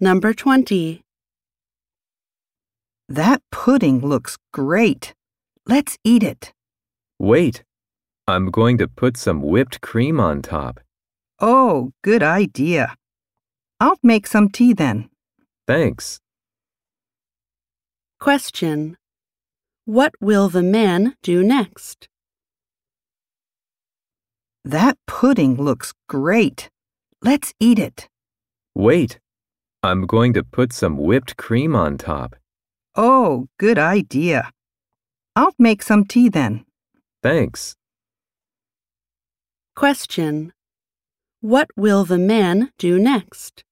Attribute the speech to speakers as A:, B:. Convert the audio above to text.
A: Number 20.
B: That pudding looks great. Let's eat it.
C: Wait, I'm going to put some whipped cream on top.
B: Oh, good idea. I'll make some tea then.
C: Thanks.
A: Question. What will the man do next?
B: That pudding looks great. Let's eat it.
C: Wait, I'm going to put some whipped cream on top.
B: Oh, good idea. I'll make some tea then.
C: Thanks.
A: Question. What will the man do next?